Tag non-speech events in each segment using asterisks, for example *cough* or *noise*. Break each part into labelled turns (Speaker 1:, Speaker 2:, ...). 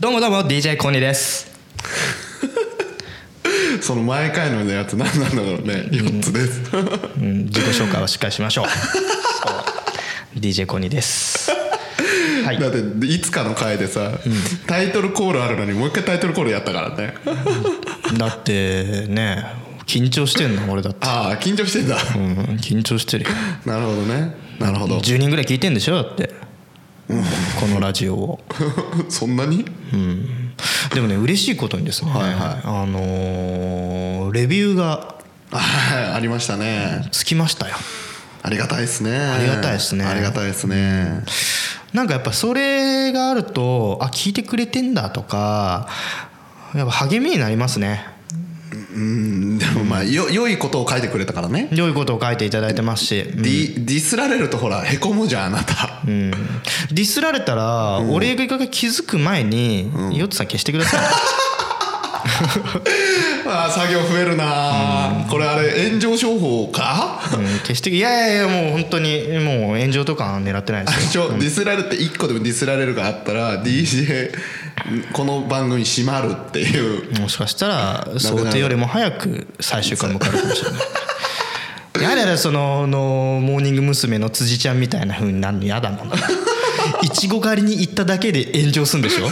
Speaker 1: どうもどうも DJ コニーです
Speaker 2: その毎回のやつ何なんだろうね4つです、
Speaker 1: うん自己紹介をしっかりしまし *laughs* ょうそう DJ コニーですはい
Speaker 2: *laughs* だっていつかの回でさ、タイトルコールあるのにもう一回タイトルコールやったか
Speaker 1: *laughs*
Speaker 2: らね
Speaker 1: だってね緊張してんの俺だって
Speaker 2: ああ緊張してんだ、
Speaker 1: うん緊張してるよ
Speaker 2: なるほどねなるほど
Speaker 1: 10人ぐらい聞いてんでしょだってこのラジオを
Speaker 2: そんなに
Speaker 1: でもね嬉しいことにですね
Speaker 2: はい
Speaker 1: あのーレビューが
Speaker 2: はいありましたね
Speaker 1: つきましたよ
Speaker 2: ありがたいですねあ
Speaker 1: りがたいっすね
Speaker 2: ありがたいですね
Speaker 1: なんかやっぱそれがあるとあ聞いてくれてんだとかやっぱ励みになりますね
Speaker 2: うんでもまあよ良いことを書いてくれたからね、
Speaker 1: 良いことを書いていただいてますし、
Speaker 2: ディディスられるとほらへこむじゃんあなた、
Speaker 1: うんディスられたら俺が気づく前にヨッツさん消してください
Speaker 2: *laughs* ああ作業増えるな、これあれ炎上商法か、
Speaker 1: うん消していやいやいやもう本当にもう炎上とか狙ってないですよ
Speaker 2: ちょディスられて1個でもディスられるがあったら DJ この番組閉まるっていう
Speaker 1: もしかしたら
Speaker 2: くなる
Speaker 1: 想定よりも早く最終回迎えるかもし
Speaker 2: *laughs*
Speaker 1: れないやだやだそのあのモーニング娘。の辻ちゃんみたいな風になるのやだもんいちご狩りに行っただけで炎上するんで
Speaker 2: *laughs*
Speaker 1: しょ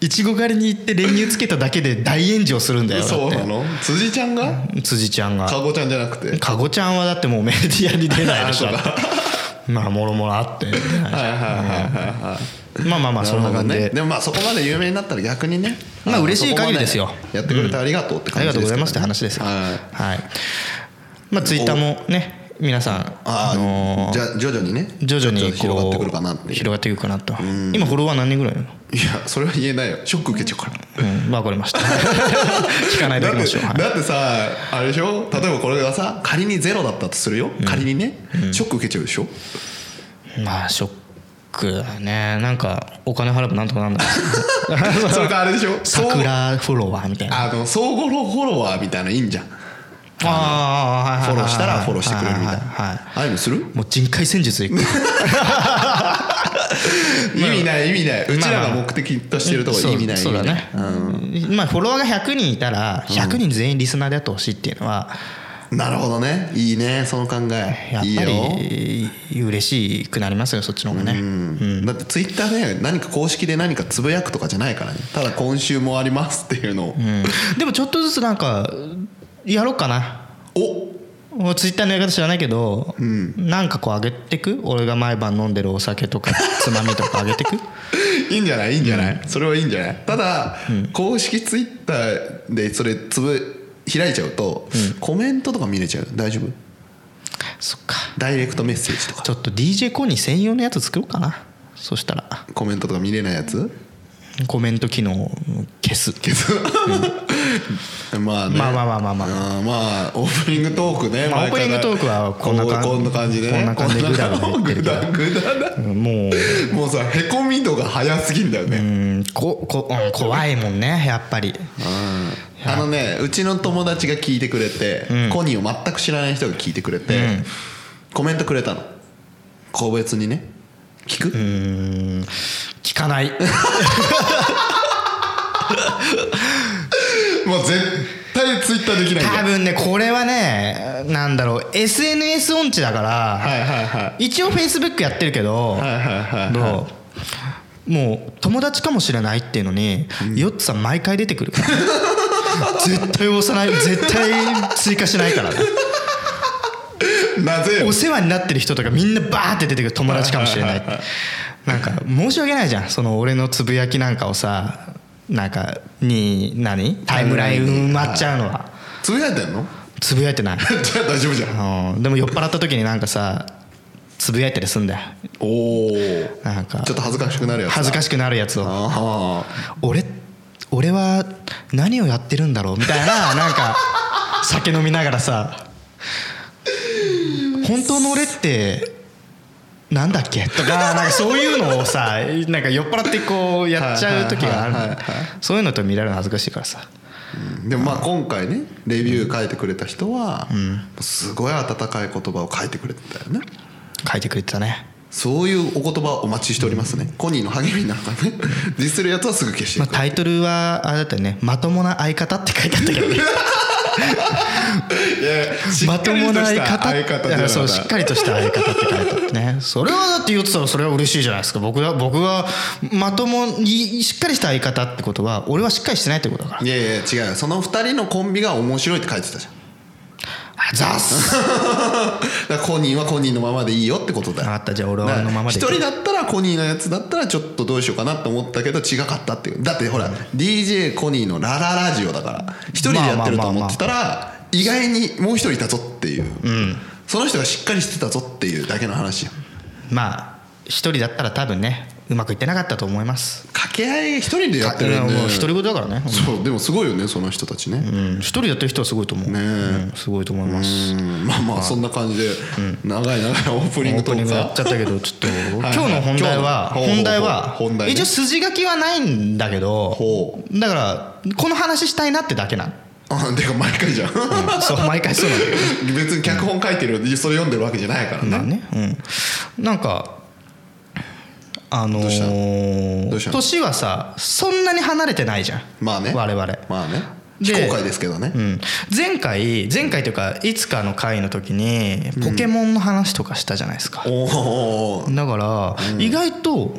Speaker 1: いちご狩りに行って練乳つけただけで大炎上するんだよ
Speaker 2: そう
Speaker 1: だ
Speaker 2: な
Speaker 1: っ
Speaker 2: の辻ちゃんが
Speaker 1: て辻ちゃんが
Speaker 2: かごちゃんじゃなくて
Speaker 1: かごちゃんはだってもうメディアに出ないでしょ
Speaker 2: あそうか
Speaker 1: まあもろもろあって出ない
Speaker 2: はいはいはいはいはい
Speaker 1: しまあまあまあそんな
Speaker 2: なるほ
Speaker 1: 感
Speaker 2: ど
Speaker 1: じ
Speaker 2: ね
Speaker 1: で
Speaker 2: でもまあそこまで有名になったら逆にね
Speaker 1: まあ
Speaker 2: の
Speaker 1: 嬉しい限りですよ
Speaker 2: そこまやってくれてありがとうって
Speaker 1: あ
Speaker 2: 感
Speaker 1: りが
Speaker 2: じです
Speaker 1: とうございますって
Speaker 2: けどね
Speaker 1: 話ですよ
Speaker 2: はい
Speaker 1: はいまあツイッターもね皆さん
Speaker 2: あ
Speaker 1: あの
Speaker 2: あ
Speaker 1: ー
Speaker 2: じゃ徐々にね
Speaker 1: 徐々にこう
Speaker 2: 広がってくるかなっていう
Speaker 1: 広がってくるかなと今フォロワー何人ぐらいなの
Speaker 2: いやそれは言えないよショック受けちゃうから
Speaker 1: うんわかりま
Speaker 2: *laughs*
Speaker 1: した聞かないでお
Speaker 2: だ
Speaker 1: き
Speaker 2: っ
Speaker 1: ましょう
Speaker 2: て
Speaker 1: はい
Speaker 2: だってさあれでしょ例えばこれがさ仮にゼロだったとするよ仮にねショック受けちゃうでしょ
Speaker 1: まあショックだねなんかお金払えばなんとかなんだ
Speaker 2: *laughs* それかあれでしょそう
Speaker 1: 桜フォロワーみたいな
Speaker 2: あの相互のフォロワーみたいなのいいんじゃんフ
Speaker 1: ああ
Speaker 2: ォローしたらフォローしてくれるみたい
Speaker 1: は
Speaker 2: な
Speaker 1: い
Speaker 2: ああいうのする
Speaker 1: もう人海戦
Speaker 2: *laughs*
Speaker 1: 術でいく
Speaker 2: 意味ない意味ないうちら
Speaker 1: まあ
Speaker 2: が
Speaker 1: まあ
Speaker 2: 目的としてるとこ意味ない
Speaker 1: *laughs* そうそうだ
Speaker 2: 意味
Speaker 1: ね、まあフォロワーが100人いたら100人全員リスナーであってほしいっていうのは
Speaker 2: ないなるほどねいいねその考え
Speaker 1: やっ
Speaker 2: いい
Speaker 1: ぱ
Speaker 2: よ
Speaker 1: り嬉しくなりますよそっちの方がね、
Speaker 2: うんだってツイッターで何か公式で何かつぶやくとかじゃないからねただ今週もありますっていうのを
Speaker 1: うんでもちょっとずつなんかやろうかな
Speaker 2: お
Speaker 1: もうツイッターのやり方知らないけど、なんかこう上げてく俺が毎晩飲んでるお酒とかつまみとか上げてく
Speaker 2: いいんじゃないいいんじゃない、それはいいんじゃないただ、公式ツイッターでそれつぶ開いちゃうと、コメントとか見れちゃう大丈夫
Speaker 1: そっか
Speaker 2: ダイレクトメッセージとか
Speaker 1: ちょっと DJ コニー専用のやつ作ろうかなそしたら
Speaker 2: コメントとか見れないやつ
Speaker 1: コメント機能を消す
Speaker 2: けどまあね
Speaker 1: まあまあまあまあま
Speaker 2: あーまあオープニングトークね、
Speaker 1: まあオ
Speaker 2: 前から
Speaker 1: ープニングトークはこんな感じ
Speaker 2: こうこんな感じでね
Speaker 1: こんな感じでグダグダ言ってるけど
Speaker 2: こんなグダグダだ
Speaker 1: もう
Speaker 2: もうさへこみ度が早すぎんだよね、
Speaker 1: うんここうん怖いもんねやっぱり
Speaker 2: あのねうちの友達が聞いてくれて、コニーを全く知らない人が聞いてくれて、
Speaker 1: うん
Speaker 2: コメントくれたの個別にね聞く、
Speaker 1: うん聞かない
Speaker 2: もう絶対ツイッターできないん
Speaker 1: *laughs*
Speaker 2: だ
Speaker 1: 多
Speaker 2: よ
Speaker 1: 分ねこれはねなんだろう SNS 音痴だから、
Speaker 2: はいはいは
Speaker 1: 一応 Facebook やってるけど、
Speaker 2: いはいはいはい
Speaker 1: どうもう友達かもしれないっていうのに、ヨッツさん毎回出てくるから *laughs* 絶対押さない絶対追加しない *laughs* からね
Speaker 2: なぜよ
Speaker 1: お世話になってる人とかみんなバーって出てくる友達かもしれないってなんか申し訳ないじゃんその俺のつぶやきなんかをさなんかに何タイムライン埋まっちゃうのは
Speaker 2: つぶやいてんの *laughs*
Speaker 1: つぶやいてない
Speaker 2: じゃあ大丈夫じゃん
Speaker 1: うんでも酔っ払った時になんかさつぶやいたりすんだよ
Speaker 2: おおちょ
Speaker 1: なんか
Speaker 2: っと恥ずかしくなるやつ
Speaker 1: 恥ずか
Speaker 2: しい
Speaker 1: しくなるやつを
Speaker 2: あ
Speaker 1: 俺俺は何をやってるんだろうみたい
Speaker 2: *laughs*
Speaker 1: ななんか酒飲みながらさ本当の俺ってなんだっけとかなんかそういうのをさなんか酔っ払ってこうやっちゃう時があるの
Speaker 2: はいはいはいはい
Speaker 1: そういうのと見られるの恥ずかしいからさ
Speaker 2: ーでもまあ今回ねレビュー書いてくれた人は、すごい温かい言葉を書いてくれてたよね
Speaker 1: 書いてくれてたね
Speaker 2: そういうお言葉お待ちしておりますね、コニーの励みなんか *laughs* ね実するやつはすぐ消してい
Speaker 1: まあ、
Speaker 2: く、
Speaker 1: タイトルはあれだったよね「まともな相方」って書いてあったけどね
Speaker 2: いやいやしっ
Speaker 1: ま
Speaker 2: か
Speaker 1: と
Speaker 2: り
Speaker 1: も
Speaker 2: と
Speaker 1: な
Speaker 2: し
Speaker 1: 相
Speaker 2: た
Speaker 1: 方
Speaker 2: 相方じゃな
Speaker 1: い
Speaker 2: かっ
Speaker 1: や
Speaker 2: た
Speaker 1: そうしっかりとした相方って書いてあった
Speaker 2: *laughs*
Speaker 1: ねそれはだって言ってたらそれは嬉しいじゃないですか僕は僕はまともにしっかりした相方ってことは俺はしっかりしてないってことだから
Speaker 2: いやいや違うよその二人のコンビが面白いって書いてたじゃん
Speaker 1: あざっす
Speaker 2: だからコニーはコニーのままでいいよってこと
Speaker 1: 分
Speaker 2: だ
Speaker 1: か
Speaker 2: よ
Speaker 1: ったじゃあ俺
Speaker 2: だ
Speaker 1: は
Speaker 2: か
Speaker 1: あのま
Speaker 2: ら
Speaker 1: まで
Speaker 2: 一人だったらコニーのやつだったらちょっとどうしようかなと思ったけど違かったっていうだってほら DJ コニーのラララジオだから一人でやってると思ってたら意外にもう一人いたぞっていう、その人がしっかりしてたぞっていうだけの話よ
Speaker 1: まあ一人だったら多分ねうまくいってなかったと思います
Speaker 2: 掛け合い一人でやってるんで
Speaker 1: もう独り言だからね
Speaker 2: そうでもすごいよねその人たちね、
Speaker 1: うん一人やってる人はすごいと思う、
Speaker 2: ねえ
Speaker 1: うんすごいと思います
Speaker 2: うんまあまあそんな感じで長い長いオープ
Speaker 1: オ
Speaker 2: ニング
Speaker 1: ー
Speaker 2: ト
Speaker 1: プニ
Speaker 2: ー
Speaker 1: ン
Speaker 2: ク
Speaker 1: グやっ
Speaker 2: が
Speaker 1: ちゃったけどちょっと
Speaker 2: いはい
Speaker 1: 今日の本題は
Speaker 2: 今日の
Speaker 1: 本題は
Speaker 2: ほうほうほう本題ね
Speaker 1: 一応筋書きはないんだけど
Speaker 2: ほ
Speaker 1: だからこの話したいなってだけな
Speaker 2: *laughs*
Speaker 1: の
Speaker 2: あてか毎回じゃん
Speaker 1: そう毎回そうなんだけど
Speaker 2: *laughs* 別に脚本書いてるそれ読んでるわけじゃないから
Speaker 1: ま
Speaker 2: ね
Speaker 1: あね、うん、なんかあの
Speaker 2: どうした
Speaker 1: ー
Speaker 2: どうしたの
Speaker 1: 年はさそんなに離れてないじゃん、
Speaker 2: まあね
Speaker 1: 我々、
Speaker 2: まあね非
Speaker 1: で
Speaker 2: 公開ですけどね
Speaker 1: うん、前回前回というかいつかの回の時にポケモンの話とかしたじゃないですか、
Speaker 2: おーおーおー
Speaker 1: だから、意外と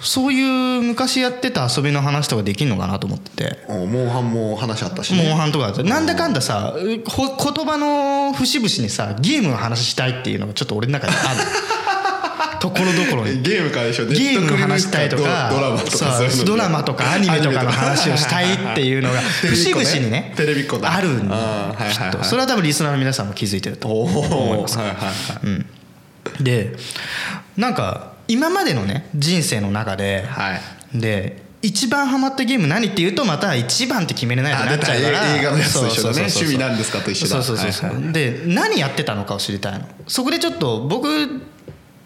Speaker 1: そういう昔やってた遊びの話とかできるのかなと思ってて。
Speaker 2: おーモンハンも話あったし
Speaker 1: モン
Speaker 2: ね
Speaker 1: ハンとかだとなんだかんださうほ言葉の節々にさゲームの話したいっていうのがちょっと俺の中であ
Speaker 2: *laughs*
Speaker 1: るところどころに
Speaker 2: ゲーム解消
Speaker 1: ゲームの話したいとか
Speaker 2: ドラマとかそういう
Speaker 1: そ
Speaker 2: の
Speaker 1: うドラマとかアニメとかの話をしたいっていうのが
Speaker 2: テレビっ
Speaker 1: 節
Speaker 2: 子
Speaker 1: 々
Speaker 2: ね
Speaker 1: にね
Speaker 2: テレビっ子だ
Speaker 1: あるんだ
Speaker 2: あーはいはいはい
Speaker 1: きっとそれは多分リスナーの皆さんも気づいてると
Speaker 2: *laughs* おお
Speaker 1: 思います
Speaker 2: はいはいはい
Speaker 1: でなんか今までのね人生の中で
Speaker 2: はい
Speaker 1: で一番ハマったゲーム何っていうとまた一番って決めれないとなっちゃうから
Speaker 2: あ出た映画のやつと一緒だね
Speaker 1: そうそうそうそう
Speaker 2: 趣味なんですかと一緒だ
Speaker 1: そうそうそうそう、
Speaker 2: はい
Speaker 1: で何やってたのかを知りたいのそこでちょっと僕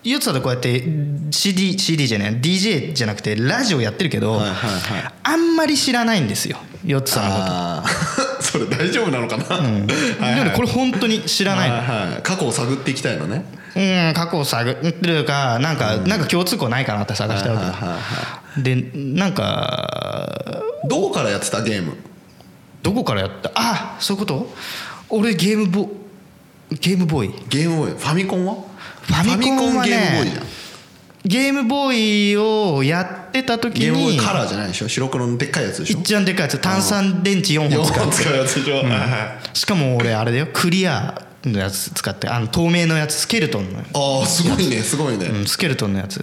Speaker 1: ゆつさんとこうやって CD, CD じゃない DJ じゃなくてラジオやってるけど、
Speaker 2: はいはいはい
Speaker 1: あんまり知らないんですよよつさんのこと
Speaker 2: あ *laughs* ーそれ大丈夫なのかな、はい
Speaker 1: な
Speaker 2: は
Speaker 1: の
Speaker 2: い
Speaker 1: でこれ本当に知らないの
Speaker 2: はいはい過去を探っていきたいのね
Speaker 1: うん過去を探ってるかなんか、なんか共通項ないかなって探したわけだ、
Speaker 2: はいはいはい
Speaker 1: でなんか
Speaker 2: どこからやってたゲーム
Speaker 1: どこからやったあそういうこと俺ゲームボゲームボーイ
Speaker 2: ゲームボーイファミコンは
Speaker 1: ファミコンはね
Speaker 2: ファミゲームボーイじゃん
Speaker 1: ゲームボーイをやってた時に
Speaker 2: ゲームボーイカラーじゃないでしょ白黒のでっかいやつでしょ
Speaker 1: 一番でかいやつ炭酸電池4本使う
Speaker 2: 使うやつでしょ、はいはい
Speaker 1: しかも俺あれだよクリアのやつ使ってあの透明のやつスケルトンの、
Speaker 2: ああすごいねすごいね
Speaker 1: うん、スケルトンのやつ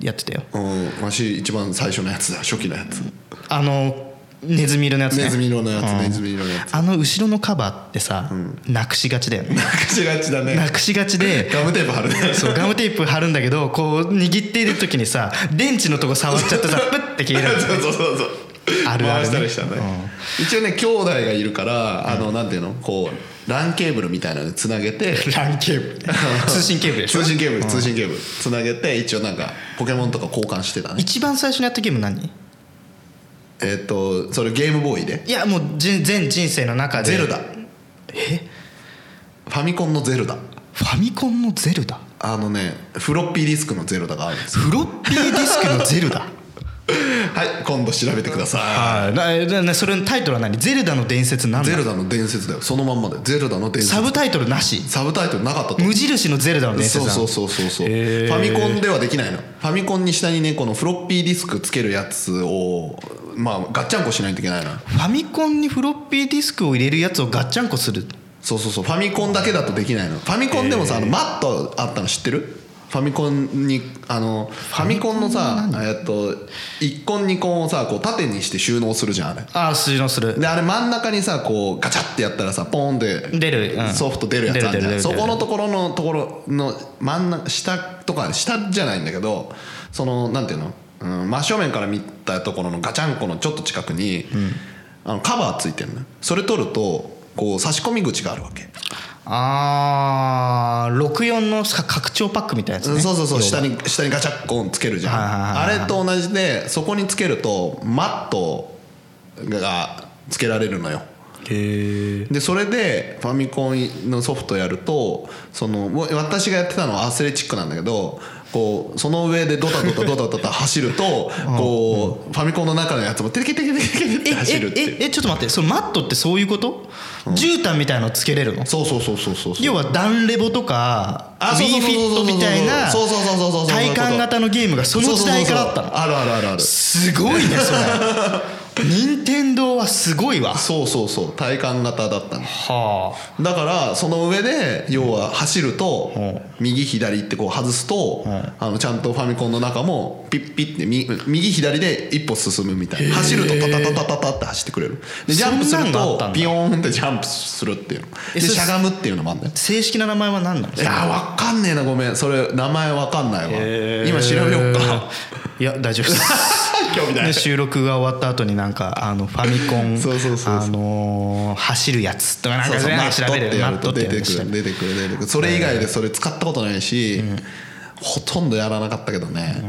Speaker 1: やってたよ
Speaker 2: うんわし一番最初のやつだ初期のやつ
Speaker 1: あのネズミ色のやつね
Speaker 2: ネズミ色のやつ
Speaker 1: うん
Speaker 2: ネズミ色のやつ
Speaker 1: あの後ろのカバーってさ、なくしがちだよね
Speaker 2: なくしがち
Speaker 1: な
Speaker 2: だね
Speaker 1: くしがちで
Speaker 2: ガムテープ貼るね
Speaker 1: そうガムテープ貼るんだけどこう握っている時にさ電池のとこ触っちゃってさプッて消えるの
Speaker 2: そうそうそうそう
Speaker 1: あるあるね
Speaker 2: 回したりしたね、一応ね兄弟がいるからあのなんていうのこうランケーブルみたいなのでつなげて
Speaker 1: *laughs* ランケーブル *laughs* 通信ケーブルでしょ
Speaker 2: 通信ケーブル通信ケーブルつなげて一応なんかポケモンとか交換してたね
Speaker 1: 一番最初にやったゲーム何
Speaker 2: えっとそれゲームボーイで
Speaker 1: いやもう人全人生の中で
Speaker 2: ゼルダ
Speaker 1: え
Speaker 2: ファミコンのゼルダ
Speaker 1: ファミコンのゼルダ
Speaker 2: あのねフロッピーディスクのゼルダがあるんで
Speaker 1: *laughs*
Speaker 2: すよ
Speaker 1: フロッピーディスクのゼルダ
Speaker 2: はい今度調べてくださ
Speaker 1: *laughs* はいなななそれのタイトルは何ゼルダの伝説なん
Speaker 2: い
Speaker 1: だ
Speaker 2: ゼルダの伝説だよそのまんまだよゼルダの伝説
Speaker 1: サブタイトルなし
Speaker 2: サブタイトルなかったと思う
Speaker 1: 無印のゼルダの伝説
Speaker 2: そう
Speaker 1: なの
Speaker 2: そうそうそうそうフ
Speaker 1: へー
Speaker 2: ァミコンではできないのファミコンに下にねこのフロッピーディスクつけるやつをまあガッチャンコしないといけないの
Speaker 1: ファミコンにフロッピーディスクを入れるやつをガッチャンコする
Speaker 2: そうそうそうファミコンだけだとできないのファミコンでもさあのマットあったの知ってるファミコンにあのファミコンのさえっと1コン2コンをさこう縦にして収納するじゃんあれ
Speaker 1: ああ数のする
Speaker 2: であれ真ん中にさこうガチャってやったらさポーンって
Speaker 1: 出るうん
Speaker 2: ソフト出るやつあ
Speaker 1: 出
Speaker 2: るじ
Speaker 1: る
Speaker 2: ゃん
Speaker 1: 出る出
Speaker 2: そ
Speaker 1: る出る
Speaker 2: このところのところの真ん中下とか下じゃないんだけどそのなんていうの、うん、真正面から見たところのガチャンコのちょっと近くに、あのカバーついてるのよそれ取るとこう差し込み口があるわけ、
Speaker 1: ああ64のさ拡張パックみたいなやつね
Speaker 2: そうそうそう
Speaker 1: 要
Speaker 2: 下
Speaker 1: は
Speaker 2: に下にガチャッコンつけるじゃん、
Speaker 1: はいはいはいはい
Speaker 2: あれと同じでそこにつけるとマットがつけられるのよ
Speaker 1: へえ
Speaker 2: でそれでファミコンのソフトやるとそのもう私がやってたのはアスレチックなんだけどこうその上でドタドタドタドタ走るとこうファミコンの中のやつもテレケテレケテレケテレって
Speaker 1: え
Speaker 2: 走るっていう
Speaker 1: えええちょっと待ってそのマットってそういうこと、絨毯みたいのつけれるの
Speaker 2: そうそうそうそうそうそう
Speaker 1: 要はダンレボとか
Speaker 2: あそう
Speaker 1: ビ
Speaker 2: そ
Speaker 1: ー
Speaker 2: う
Speaker 1: フィットみたいな
Speaker 2: そうそうそうそうそうそうそうそうそ
Speaker 1: 体
Speaker 2: う
Speaker 1: 感型のゲームがその時代からあった
Speaker 2: そう
Speaker 1: の
Speaker 2: そうそうそうあるあるあるある
Speaker 1: すごいねそれ
Speaker 2: *laughs*
Speaker 1: 任天堂はすごいわ
Speaker 2: そうそうそう体感型だったの
Speaker 1: は
Speaker 2: だからその上で要は走ると
Speaker 1: うん
Speaker 2: 右左ってこう外すと
Speaker 1: うん
Speaker 2: あのちゃんとファミコンの中もピッピッってみ右左で一歩進むみたい
Speaker 1: へー
Speaker 2: な走るとタタタタタタって走ってくれるでジャンプす
Speaker 1: そん
Speaker 2: る
Speaker 1: なんがあっ
Speaker 2: と
Speaker 1: たんだ
Speaker 2: ピヨーンってジャンプするっていうの
Speaker 1: え
Speaker 2: で
Speaker 1: それ
Speaker 2: しゃがむっていうのもあんだよ
Speaker 1: あ正式な名前は何なの
Speaker 2: いやーわかんねえなごめんそれ名前わかんない
Speaker 1: え
Speaker 2: わ
Speaker 1: ー
Speaker 2: 今調べよっか
Speaker 1: *laughs* いや大丈夫です
Speaker 2: *laughs* 興味ない
Speaker 1: で収録が終わった後になんかあのファミコン
Speaker 2: そうそうそうそう
Speaker 1: あのー走るやつとかなん
Speaker 2: そう
Speaker 1: か
Speaker 2: そうマ
Speaker 1: なんか調
Speaker 2: ットっ
Speaker 1: べ
Speaker 2: て
Speaker 1: る
Speaker 2: や
Speaker 1: マ
Speaker 2: る
Speaker 1: ット
Speaker 2: と
Speaker 1: って
Speaker 2: 出
Speaker 1: や
Speaker 2: て
Speaker 1: つ
Speaker 2: く
Speaker 1: 調
Speaker 2: る
Speaker 1: べる
Speaker 2: 出てくる出てくるそれ以外でそれ使ったことないし、ほとんどやらなかったけどね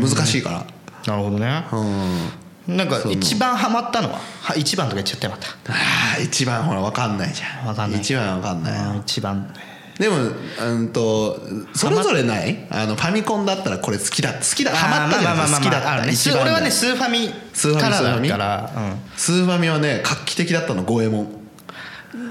Speaker 2: 難しいから
Speaker 1: なるほどね
Speaker 2: うん
Speaker 1: なんか一番ハマったのはは一番とか言っちゃってまた
Speaker 2: あー一番ほら分かんないじゃん
Speaker 1: わかんない
Speaker 2: 一番分かんない、
Speaker 1: うん一番
Speaker 2: でもうんとそれぞれないあのファミコンだったらこれ好きだ好きだハマったじゃ
Speaker 1: あーまあまあ
Speaker 2: ん
Speaker 1: まあ
Speaker 2: 好きだっ
Speaker 1: まああ
Speaker 2: た、
Speaker 1: るね
Speaker 2: 一番だ
Speaker 1: 俺はねスーファミ
Speaker 2: スーファミ
Speaker 1: から
Speaker 2: スーファ
Speaker 1: だ
Speaker 2: ミ
Speaker 1: からうん
Speaker 2: スーファミはね画期的だったの五右衛門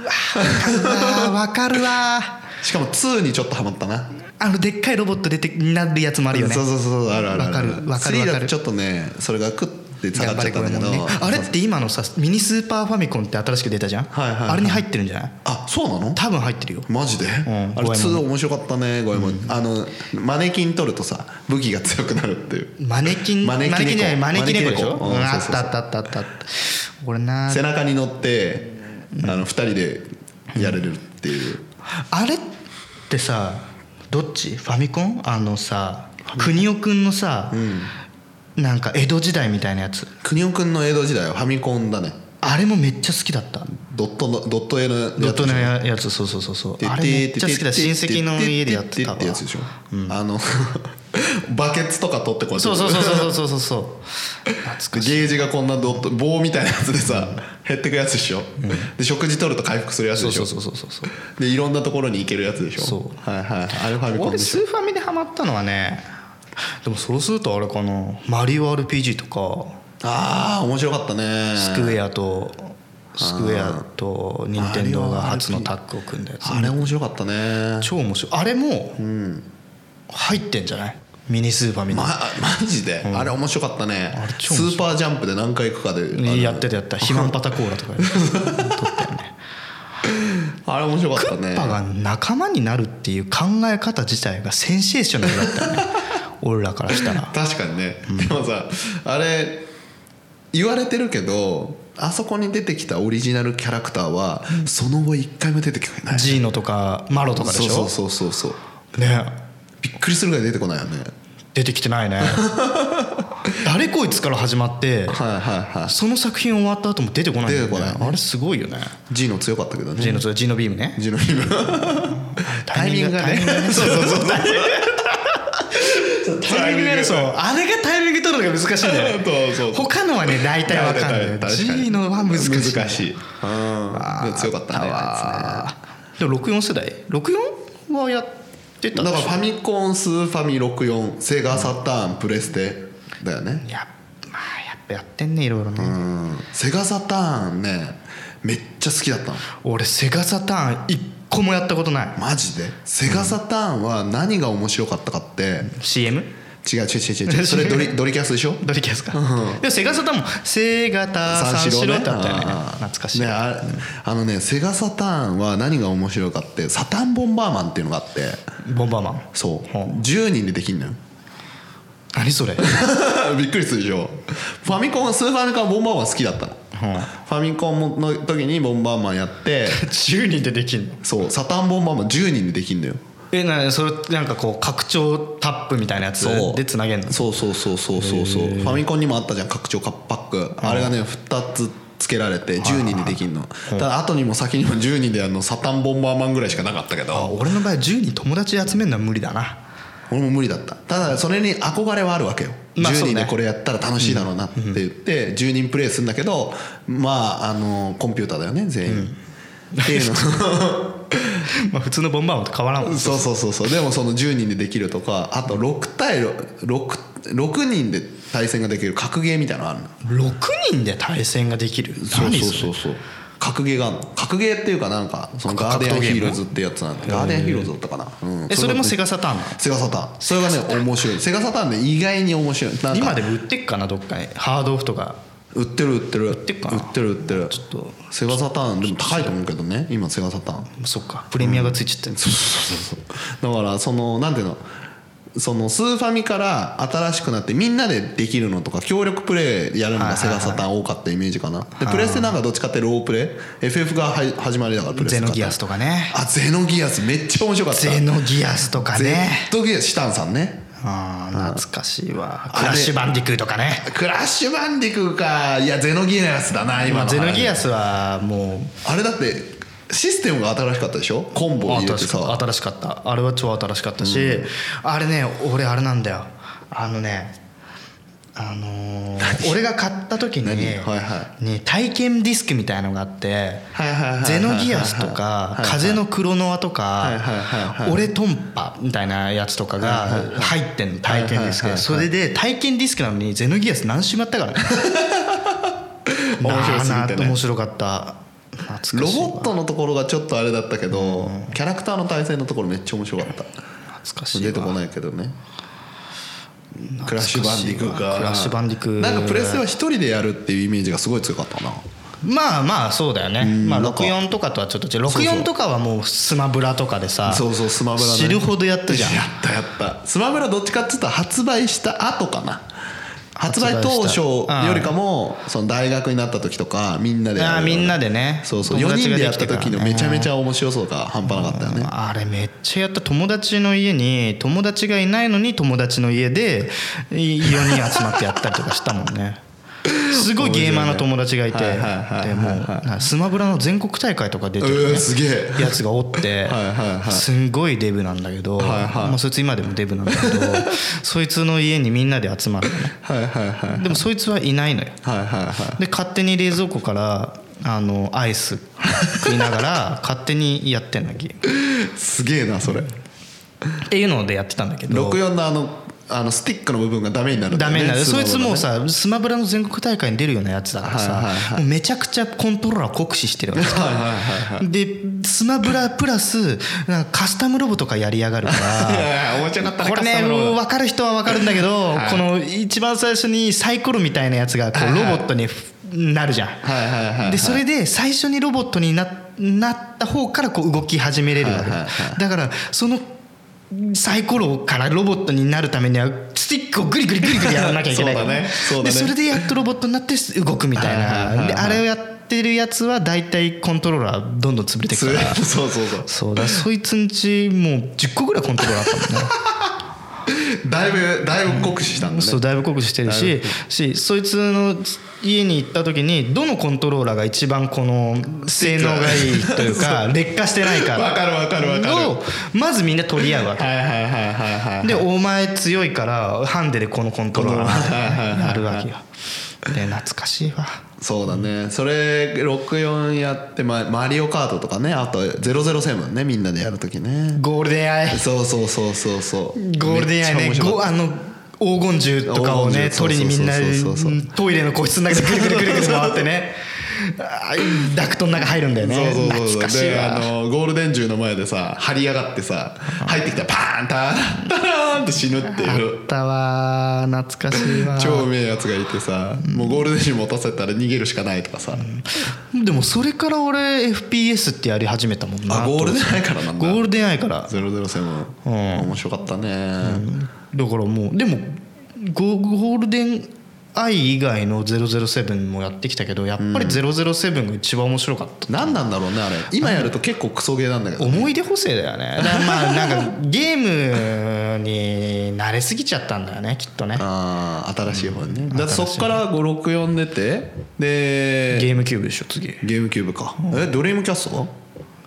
Speaker 1: あーわかるわ
Speaker 2: しかも2にちょっとハマったな
Speaker 1: あのでっかいロボット出てなるやつもあるよね
Speaker 2: そうそうそうそうあるあるあ
Speaker 1: わかるわかる
Speaker 2: 3
Speaker 1: わか
Speaker 2: だ
Speaker 1: る
Speaker 2: とちょっとねそれがクッて下が
Speaker 1: 頑張
Speaker 2: っちゃ
Speaker 1: れ
Speaker 2: っ
Speaker 1: これ
Speaker 2: たんだけ
Speaker 1: もね
Speaker 2: ど、
Speaker 1: あれって今のさミニスーパーファミコンって新しく出たじゃん
Speaker 2: はいはいはい
Speaker 1: あれに入ってるんじゃない
Speaker 2: あそうなの
Speaker 1: 多分入ってるよ
Speaker 2: マジで、
Speaker 1: ん
Speaker 2: あれ
Speaker 1: 五右衛
Speaker 2: 2
Speaker 1: 門
Speaker 2: 面白かったね五右衛門、あのマネキン取るとさ武器が強くなるっていう
Speaker 1: マネキン
Speaker 2: マネキン猫
Speaker 1: じゃないマネキン猫でしょ
Speaker 2: マネキ
Speaker 1: う
Speaker 2: ン猫うん
Speaker 1: んあっ
Speaker 2: そうそうそう
Speaker 1: たあったあったあったあった俺な
Speaker 2: 背中に乗ってあの2人でやれるっていう、
Speaker 1: あれってさどっちファミコンあのさ邦夫くんのさ、なんか江戸時代みたいなやつ
Speaker 2: 邦夫君の江戸時代はファミコンだね
Speaker 1: あれもめっちゃ好きだった
Speaker 2: ドットのドット絵のやつ
Speaker 1: ドットのやつそうそうそうそうあれめっちゃ好きだ親戚の家でやってたわ
Speaker 2: てやつでしょ、あのバケツとか取ってこうやって
Speaker 1: そうそうそうそうそうそうそう懐かしい
Speaker 2: ゲージがこんなドット棒みたいなやつでさ減ってくやつでしょ、で食事取ると回復するやつ
Speaker 1: そ
Speaker 2: で
Speaker 1: う
Speaker 2: し
Speaker 1: そ
Speaker 2: ょ
Speaker 1: うそうそうそうそう
Speaker 2: でいろんなところに行けるやつでしょ
Speaker 1: そう
Speaker 2: はいはいあれファミコン
Speaker 1: 俺
Speaker 2: でし
Speaker 1: ス
Speaker 2: ょ
Speaker 1: ーファミでハマったのはねでもそうするとあれかなマリオ RPG とか
Speaker 2: ああ面白かったね
Speaker 1: スクエアとスクエアと任天堂が初のタッグを組んだやつ
Speaker 2: あれ面白かったね
Speaker 1: 超面白いあれも入ってんじゃないミニスーパーみたい
Speaker 2: ま
Speaker 1: な、
Speaker 2: マジで、あれ面白かったね
Speaker 1: あれ超
Speaker 2: ス
Speaker 1: 面白い
Speaker 2: ーパージャンプで何回行くかであれ
Speaker 1: やってたやった肥満パタコーラとかや
Speaker 2: *laughs*
Speaker 1: った撮ったよね
Speaker 2: あれ面白かった
Speaker 1: ク
Speaker 2: ね
Speaker 1: ッパが仲間になるっていう考え方自体がセンセーショナルだった
Speaker 2: *laughs*
Speaker 1: よね俺らからしたら
Speaker 2: 確かにね、でもさあれ言われてるけどあそこに出てきたオリジナルキャラクターは、その後一回も出てきてない
Speaker 1: ジーノとかマロとかでしょ
Speaker 2: そうそうそうそうそう
Speaker 1: ね
Speaker 2: びっくりするぐらい出てこないよね
Speaker 1: 出てきてないね誰こいつから始まって
Speaker 2: はいはいは
Speaker 1: その作品終わった後も出てこないんだよね
Speaker 2: 出てこないね
Speaker 1: あれすごいよね
Speaker 2: G の強かったけどね
Speaker 1: ジーノそれジーノビームね
Speaker 2: G の今タイミングが
Speaker 1: タイ
Speaker 2: ね
Speaker 1: ミングが
Speaker 2: そうそうそう
Speaker 1: タイミングがねそうあれがタイミング取るのが難しいんだよね
Speaker 2: そうそうそう
Speaker 1: 他のはね大体わかんない G のは難しい
Speaker 2: 難しい、うん、でも強かったねあいつね
Speaker 1: あーでも64世代64はやってた
Speaker 2: だ
Speaker 1: ん
Speaker 2: か
Speaker 1: で
Speaker 2: ら
Speaker 1: しょ
Speaker 2: ファミコンスーファミ64セガサターンプレステだよね
Speaker 1: いやまあやっぱやってんねいろいろ
Speaker 2: う
Speaker 1: ね
Speaker 2: んセガサターンねめっちゃ好きだったの
Speaker 1: 俺セガサターン一個もやったことない
Speaker 2: マジでセガサターンは何が面白かったかって
Speaker 1: CM?
Speaker 2: 違う違う違う違うそれドリドリキャスでしょ
Speaker 1: どれキャスかでもセガサターンも「セガタ三四郎」ってあったよね懐かしい
Speaker 2: ねあれあのねセガサターンは何が面白いかってサタンボンバーマンっていうのがあって
Speaker 1: ボンバーマン
Speaker 2: そう
Speaker 1: ほう
Speaker 2: 10人でできんのよ
Speaker 1: 何それ *laughs*
Speaker 2: *laughs* びっくりするでしょファミコンスーファミコンボンバーマン好きだったの
Speaker 1: うん
Speaker 2: ファミコンの時にボンバーマンやって
Speaker 1: 10人でできんの
Speaker 2: そうサタンボンバーマン10人でできんだよ
Speaker 1: えなそれなんかこう拡張タップみたいなやつでつなげんの
Speaker 2: そうそうそうそうそうそうファミコンにもあったじゃん拡張カッパックあれがね2つつけられて10人でできんのただ後にも先にも10人であのサタンボンバーマンぐらいしかなかったけ
Speaker 1: あ
Speaker 2: ど
Speaker 1: 俺の場合10人友達集めるのは無理だな *laughs*
Speaker 2: 俺も無理だったただそれに憧れはあるわけよ
Speaker 1: まあ
Speaker 2: 10
Speaker 1: そう
Speaker 2: 人
Speaker 1: ね
Speaker 2: でこれやったら楽しいだろうなって言って10人プレイするんだけどまああのコンピューターだよね全員っていうの
Speaker 1: まあ普通のボンバーマンと変わらんもん
Speaker 2: *laughs* そうそうそうそうでもその10人でできるとかあと6対 6, 6, 6人で対戦ができる格ゲーみたいなのあるの
Speaker 1: 6人で対戦ができる
Speaker 2: そう
Speaker 1: 何
Speaker 2: そう
Speaker 1: そ
Speaker 2: そ
Speaker 1: れ
Speaker 2: うそう格ゲーがあんの格ゲーっていうかなんかそのガーデン
Speaker 1: 格闘ゲ
Speaker 2: ヒ
Speaker 1: ーム
Speaker 2: ーローズってやつなんでガーデンヒーローズだったかな、うん
Speaker 1: えそれも
Speaker 2: セ
Speaker 1: セガサターンなの
Speaker 2: セガサターンそれがね面白いセガサターンね意外に面白いなんか
Speaker 1: 今でも売ってっかなどっかにハードオフとか
Speaker 2: 売ってる売ってる売って
Speaker 1: っか
Speaker 2: 売ってる売ってる
Speaker 1: ちょっと
Speaker 2: セガサターンでも高いと思うけどね今セガサターン
Speaker 1: そっかプレミアがついちゃってる
Speaker 2: だからそのなんていうのそのスーファミから新しくなってみんなでできるのとか協力プレイやるの
Speaker 1: はいは
Speaker 2: が
Speaker 1: い
Speaker 2: セ
Speaker 1: はい
Speaker 2: ガサターン多かったイメージかなでプレステなんかどっちかってロープレイ FF がは始まりだからプレス
Speaker 1: ゼ
Speaker 2: テ
Speaker 1: ノギアスとかね
Speaker 2: あゼノギアスめっちゃ面白かった
Speaker 1: ゼノギアスとかね
Speaker 2: Z ギアスシタンさんね
Speaker 1: あー懐かしいわ
Speaker 2: あれ
Speaker 1: クラッシュバンディクーとかね
Speaker 2: クラッシュバンディクーかいやゼノギアスだな
Speaker 1: ま
Speaker 2: 今の
Speaker 1: あゼ
Speaker 2: 話
Speaker 1: ノギアスはもう
Speaker 2: あれだってシステムが新しかったでしょコンボを入れ
Speaker 1: 新
Speaker 2: て
Speaker 1: しか
Speaker 2: さ
Speaker 1: った新しかったあれは超新しかったし、あれね俺あれなんだよあのねあのー俺が買った時に、
Speaker 2: 何はいは
Speaker 1: ね、体験ディスクみたいのがあって
Speaker 2: はいはいはいはいはい
Speaker 1: ゼノギアス」とか「風のクロノア」と
Speaker 2: いはいはい
Speaker 1: か「
Speaker 2: はい
Speaker 1: 俺トンパ」みたいなやつとかが入ってんの体験ディスク
Speaker 2: はいはいはいは
Speaker 1: で
Speaker 2: い
Speaker 1: それで体験ディスクなのに「ゼノギアス」何周もやったからね
Speaker 2: 面白すぎてね
Speaker 1: なあなあ面白かった懐かしいわ
Speaker 2: ロボットのところがちょっとあれだったけどキャラクターの対戦のところめっちゃ面白かった
Speaker 1: 懐かしいわ
Speaker 2: 出てこないけどねクラッシュバンディクーか
Speaker 1: クラッシュバンディクー
Speaker 2: なんかプレステは一人でやるっていうイメージがすごい強かったな
Speaker 1: まあまあそうだよね、まあ、
Speaker 2: なんか
Speaker 1: 64とかとはちょっと違う
Speaker 2: そうそう
Speaker 1: 64とかはもうスマブラとかでさ
Speaker 2: そうそうスマブラね
Speaker 1: 知るほどやったじゃん
Speaker 2: やったやったスマブラどっちかっつったら発売した後かな発売当初よりかもその大学になった時とかみんなでや
Speaker 1: あ
Speaker 2: る
Speaker 1: あみんなでね
Speaker 2: そうそう
Speaker 1: 友
Speaker 2: 4
Speaker 1: 達
Speaker 2: 人
Speaker 1: が
Speaker 2: でや
Speaker 1: で
Speaker 2: っ
Speaker 1: き
Speaker 2: た
Speaker 1: てから
Speaker 2: 時のめちゃめちゃ面白そうが半端なかったよね
Speaker 1: あれめっちゃやった友達の家に友達がいないのに友達の家でい4人集まってやったりとかしたもん
Speaker 2: *laughs*
Speaker 1: ねすごいゲーマーの友達がいて
Speaker 2: 面白いねはいはい
Speaker 1: で
Speaker 2: はい
Speaker 1: も
Speaker 2: はいう
Speaker 1: スマブラの全国大会とか出て
Speaker 2: う
Speaker 1: る、
Speaker 2: ーすげえ
Speaker 1: やつがおって
Speaker 2: *laughs* はいはいはい
Speaker 1: すんごいデブなんだけど、
Speaker 2: はいはい
Speaker 1: まあ、そいつ今でもデブなんだ
Speaker 2: *laughs*
Speaker 1: けどそいつの家にみんなで集まるのね
Speaker 2: はいはいはい
Speaker 1: でもそいつはいないのよ
Speaker 2: はいはいは
Speaker 1: で勝手に冷蔵庫からあのアイス食いなが
Speaker 2: *laughs*
Speaker 1: ら勝手にやってんのゲーム
Speaker 2: いすげえなそれ
Speaker 1: っていうのでやってたんだけど
Speaker 2: 64のあのあのスティックの部分がダメになるん
Speaker 1: ダ
Speaker 2: だよね
Speaker 1: メになる
Speaker 2: スマ
Speaker 1: そ
Speaker 2: ブ
Speaker 1: い
Speaker 2: ラ
Speaker 1: つ
Speaker 2: のね
Speaker 1: もうさスマブラの全国大会に出るようなやつだから
Speaker 2: はいはい
Speaker 1: さ
Speaker 2: は
Speaker 1: もうめちゃくちゃコントローラーを酷使してるわけ
Speaker 2: はいはいはい
Speaker 1: でスマブラプラスなんかカスタムロボとかやりやがるか
Speaker 2: *laughs* い
Speaker 1: ら。
Speaker 2: やいや面白かった
Speaker 1: これねもう分かる人は分かるんだけど、
Speaker 2: はい
Speaker 1: この一番最初にサイコロみたいなやつがこう
Speaker 2: はい
Speaker 1: ロ
Speaker 2: はい
Speaker 1: ボットにふなるじゃん、
Speaker 2: はいはいはいはい
Speaker 1: でそれで最初にロボットにななった方からこう動き始めれるわけ、
Speaker 2: はいはいは
Speaker 1: だからそのサイコロからロボットになるためにはスティックをグリグリグリグリやらなきゃいけないから
Speaker 2: そうだねそうだね
Speaker 1: でそれでやっとロボットになって動くみたい
Speaker 2: はいはいはいは
Speaker 1: ないであれをやってるやつは大体コントローラーどんどん潰れていく
Speaker 2: そう
Speaker 1: から
Speaker 2: そうそうそう
Speaker 1: そうだそいつんちもう10個ぐらいコントローラーあったもんね
Speaker 2: だいぶだいぶ酷使したんだ
Speaker 1: そう
Speaker 2: ね
Speaker 1: だいぶ酷使してるししそいつの家に行った時にどのコントローラーが一番この性能がいいという *laughs* か劣化してないか
Speaker 2: わかるわかるわかる
Speaker 1: をまずみんな取り合うわけ
Speaker 2: はいはいはいはいはい
Speaker 1: でお前強いからハンデでこのコントローラーやるわけよで懐かしいわ
Speaker 2: そうだねそれ64やってまマリオカートとかねあと007ねみんなでやるときね
Speaker 1: ゴールデンアイ
Speaker 2: そうそうそうそうそう
Speaker 1: ゴールデンアイ
Speaker 2: め
Speaker 1: ね
Speaker 2: っちゃ面白
Speaker 1: ご
Speaker 2: かっ
Speaker 1: あの黄金銃とかをね
Speaker 2: 黄金銃
Speaker 1: 取りにみんな
Speaker 2: そうそうそうそう
Speaker 1: トイレの個室の中でくるくるくるくる回ってね *laughs* あーダクトの中入るんだよ
Speaker 2: た
Speaker 1: ね
Speaker 2: そうそうそう
Speaker 1: 懐かしい
Speaker 2: で
Speaker 1: わ
Speaker 2: あのゴールデン銃の前でさ張り上がってさ入ってきたらパーンターンターンって死ぬっていう
Speaker 1: あったわー懐かしい *laughs* わ
Speaker 2: 超うめえやつがいてさもうゴールデン銃持たせたら逃げるしかないとかさ、
Speaker 1: でもそれから俺 FPS ってやり始めたもんな
Speaker 2: あゴールデンアイからなん
Speaker 1: ゴ
Speaker 2: だ
Speaker 1: ールデンアイから
Speaker 2: 007、
Speaker 1: うん
Speaker 2: 面白かったね、
Speaker 1: だからもうでもゴゴールデンアイ以外の007もやってきたけどやっぱり007が一番面白かった、
Speaker 2: 何なんだろうねあれ今やると結構クソゲーなんだけど
Speaker 1: 思い出補正だよね *laughs* だからまあなんかゲームに慣れすぎちゃったんだよねきっとね
Speaker 2: あー新しい方ね、だって
Speaker 1: 新しい
Speaker 2: そっから564出てで
Speaker 1: ゲームキューブでしょ次
Speaker 2: ゲームキューブか、えドリームキャスト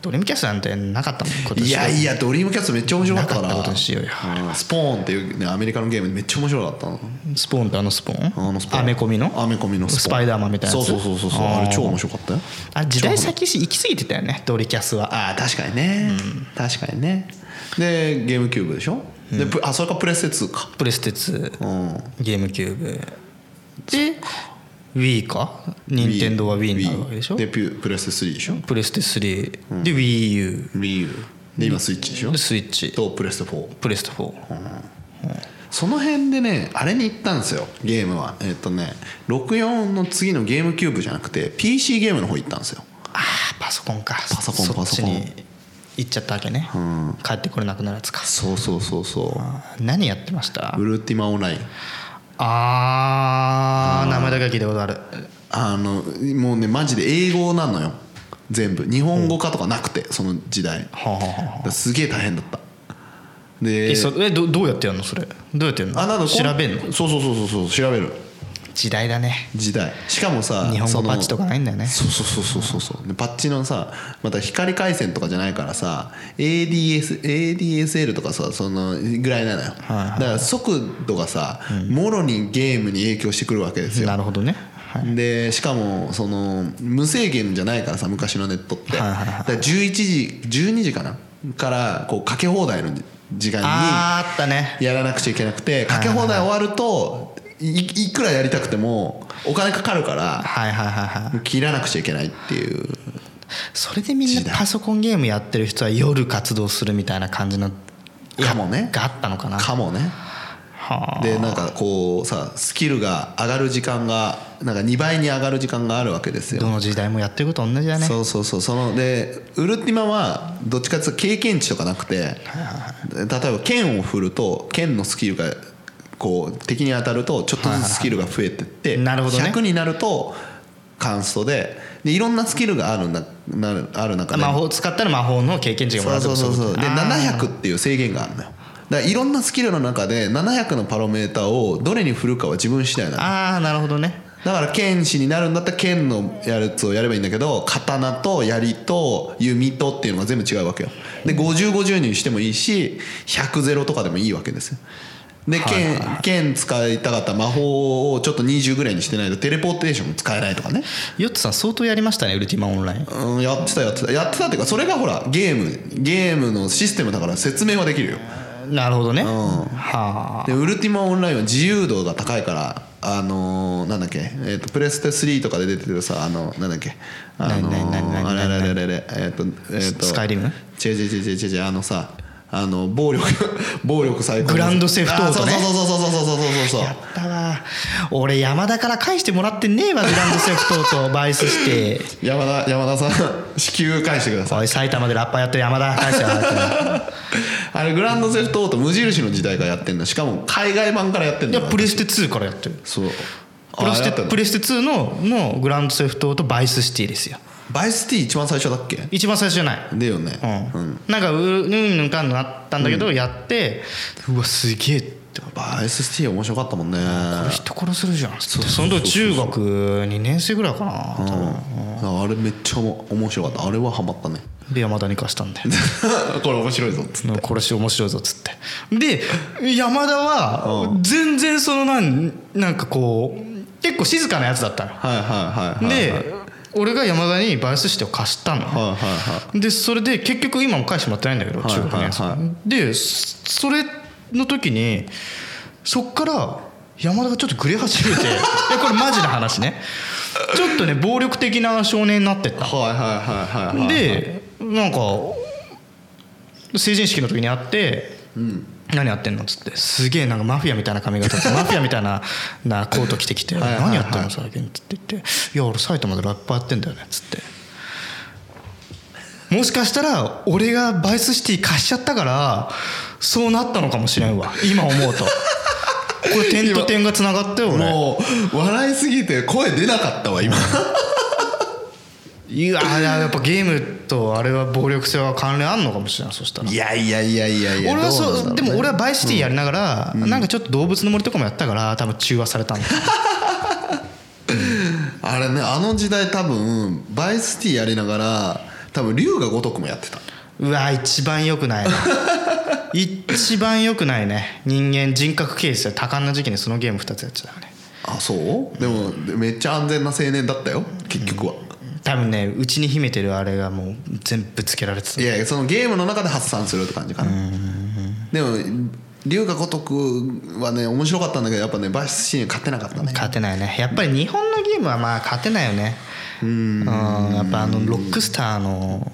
Speaker 1: ドリームキャストなんてなかったもん今年
Speaker 2: いやいやドリームキャストめっちゃ面白かったか
Speaker 1: な
Speaker 2: ら
Speaker 1: かったことにしようよ
Speaker 2: んスポーンっていうねアメリカのゲームめっちゃ面白かったの
Speaker 1: スポーンってあのスポーン
Speaker 2: あのスポーン
Speaker 1: アメコミの
Speaker 2: アメコミのポーン
Speaker 1: スパイダーマンみたいなやつ
Speaker 2: そうそうそうそう
Speaker 1: あー
Speaker 2: あれ超面白かったよ
Speaker 1: あ時代先行き過ぎてたよねドリキャスは
Speaker 2: ああ確かにね、確かにねでゲームキューブでしょ、でプあそれかプレステ2か
Speaker 1: プレステ2
Speaker 2: うん
Speaker 1: ゲームキューブで Wii か任天堂は Wii になるわけでしょ
Speaker 2: Wii でピュプレステ3でしょ
Speaker 1: プレステ3で WiiU
Speaker 2: WiiU で今スイッチでしょ
Speaker 1: でスイッチ
Speaker 2: とプレステ4
Speaker 1: プレステ4
Speaker 2: その辺でねあれに行ったんですよゲームはえっ、とね64の次のゲームキューブじゃなくて PC ゲームの方行ったんですよ
Speaker 1: ああパソコンかパ
Speaker 2: ソコン
Speaker 1: そっち
Speaker 2: パソ
Speaker 1: に行っちゃったわけね
Speaker 2: ん
Speaker 1: 帰ってこれなくなるやつか
Speaker 2: そうそうそうそ
Speaker 1: あー何やってました
Speaker 2: うウルティマオンライン
Speaker 1: あー名前だけは聞いたことある
Speaker 2: あのもうねマジで英語なのよ全部日本語化とかなくてその時代
Speaker 1: はあはあはあ
Speaker 2: だからすげえ大変だった
Speaker 1: え
Speaker 2: で
Speaker 1: そえどどうやってやるのそれどうやってやるの
Speaker 2: あなんだこ
Speaker 1: 調べんの
Speaker 2: そうそうそうそうそう調べる
Speaker 1: 時代だね
Speaker 2: 時代しかもさ
Speaker 1: 日本語
Speaker 2: その
Speaker 1: パッチとかないんだよね
Speaker 2: そうそうそうそうそうそうでパッチのさまた光回線とかじゃないからさ ADS ADSL とかさそのぐらいなのよ、
Speaker 1: はいはい
Speaker 2: だから速度がさ、もろにゲームに影響してくるわけですよ
Speaker 1: なるほどね、はい
Speaker 2: でしかもその無制限じゃないからさ昔のネットって、
Speaker 1: はいはいはい
Speaker 2: だから11時12時かなからこうかけ放題の時間に
Speaker 1: あーあったね
Speaker 2: やらなくちゃいけなくてかけ放題終わるといいくらやりたくてもお金かかるから
Speaker 1: はいはいはいはい
Speaker 2: 切らなくちゃいけないっていう
Speaker 1: それでみん
Speaker 2: 時
Speaker 1: な
Speaker 2: 代
Speaker 1: パソコンゲームやってる人は夜活動するみたいな感じの
Speaker 2: かもね
Speaker 1: があったのかな
Speaker 2: かもね
Speaker 1: はあ
Speaker 2: でなんかこうさスキルが上がる時間がなんか2倍に上がる時間があるわけですよ
Speaker 1: どの時代もやってること同じだね
Speaker 2: そうそうそうそのでウルティマはどっちかっていうと経験値とかなくて、例えば剣を振ると剣のスキルがこう敵に当たるとちょっとずつスキルが増えてって、
Speaker 1: なるほどね
Speaker 2: 100になるとカンストででいろんなスキルがあるんだなるある中で
Speaker 1: 魔法使ったら魔法の経験値がも
Speaker 2: そ
Speaker 1: らえる
Speaker 2: うそうそうそうで
Speaker 1: あー
Speaker 2: 700っていう制限があるのよだからいろんなスキルの中で700のパロメーターをどれに振るかは自分次第なの
Speaker 1: あーなるほどね
Speaker 2: だから剣士になるんだったら剣のやつをやればいいんだけど刀と槍と弓とっていうのが全部違うわけよで5050にしてもいいし100ゼロとかでもいいわけですよで剣,、剣使いたかった魔法をちょっと20ぐらいにしてないとテレポーテーションも使えないとかね、
Speaker 1: ヨッツさん相当やりましたねウルティマオンライン
Speaker 2: うん、やってたやってたやってたっていうかそれがほらゲームゲームのシステムだから説明はできるよ
Speaker 1: なるほどね、
Speaker 2: ん
Speaker 1: はあ
Speaker 2: でウルティマオンラインは自由度が高いからあのー、なんだっけ、えー、とプレステ3とかで出てるさあのなんだっけあの
Speaker 1: 何何何何
Speaker 2: ーあれあれあれあれあれえっ、とえっ、と
Speaker 1: スカイリム
Speaker 2: 違う違う違う違う違うあのさあの暴力 *laughs* 暴力最高
Speaker 1: グランドセフトオートね
Speaker 2: あそうそうそうそうそうそうそうそう
Speaker 1: やったわ俺山田から返してもらってねえわグランドセフトとバイスして
Speaker 2: 山田山田さん *laughs* 支給返してください
Speaker 1: おい埼玉でラッパーやってる山田返せよ
Speaker 2: あれグランドセフトオート無印の時代からやってんのしかも海外版からやってん
Speaker 1: い
Speaker 2: の
Speaker 1: *laughs* やプレステ2からやってる
Speaker 2: そう
Speaker 1: プレス
Speaker 2: あやった
Speaker 1: テ
Speaker 2: んだ
Speaker 1: プレステ2ののグランドセフトとバイスシティですよ
Speaker 2: バイスティ一番最初だっけ
Speaker 1: 一番最初じゃない
Speaker 2: だよね
Speaker 1: うん、なんかううんぬんかんぬんあったんだけど、やってうわすげえって
Speaker 2: バイススティー面白かったもんね
Speaker 1: 人殺するじゃんっつってその時中学2年生ぐらいかな多分
Speaker 2: あれめっちゃおも面白かったあれはハマったね
Speaker 1: で山田に貸したんで
Speaker 2: *laughs* これ面白いぞっつって
Speaker 1: これし面白いぞっつってで山田は全然そのなんなんかこう結構静かなやつだったの
Speaker 2: はいはいはいはい
Speaker 1: で、
Speaker 2: はい
Speaker 1: 俺が山田にバイスしてを貸したの、
Speaker 2: はいは
Speaker 1: でそれで結局今も返してもらってないんだけど
Speaker 2: い
Speaker 1: 中学年生、
Speaker 2: はい
Speaker 1: でそそれの時にそっから山田がちょっとグレ始めて *laughs* いやこれマジな話ねちょっとね暴力的な少年になってった
Speaker 2: はいはいはいはいはい
Speaker 1: でなんか成人式の時に会って「何やってんの?」っつってすげえなんかマフィアみたいな髪
Speaker 2: *laughs*
Speaker 1: 型でマフィアみたいななコート着てきて「
Speaker 2: はいはいはい
Speaker 1: 何やってんの最近」っつって言って「いや俺埼玉でラッパーやってんだよね」っつって。もしかしたら俺がバイスシティ貸しちゃったからそうなったのかもしれんわ今思うとこれ点と点がつながったよ俺
Speaker 2: もう笑いすぎて声出なかったわ *laughs* 今
Speaker 1: いややっぱゲームとあれは暴力性は関連あんのかもしれないそしたら
Speaker 2: いやいやいやいやいや
Speaker 1: 俺はそう
Speaker 2: どなん
Speaker 1: で
Speaker 2: だろ
Speaker 1: も俺
Speaker 2: ね
Speaker 1: はバイシティやりながら、なんかちょっと動物の森とかもやったから多分中和された
Speaker 2: *laughs*
Speaker 1: んだ
Speaker 2: あれねあの時代多分バイスティーやりながら多分龍が如くもやってた
Speaker 1: うわ一番良くないな一番良くないね人間人格形成多感な時期にそのゲーム2つやっちゃダメね
Speaker 2: あそうでもめっちゃ安全な青年だったよ結局は、
Speaker 1: 多分ねうちに秘めてるあれがもう全部ぶつけられてた
Speaker 2: いやいやそのゲームの中で発散するって感じかな、でも龍が如くはね面白かったんだけどやっぱねバイスシーン勝てなかったね
Speaker 1: 勝てないねやっぱり日本のゲームはまあ勝てないよねうんやっぱあのロックスターの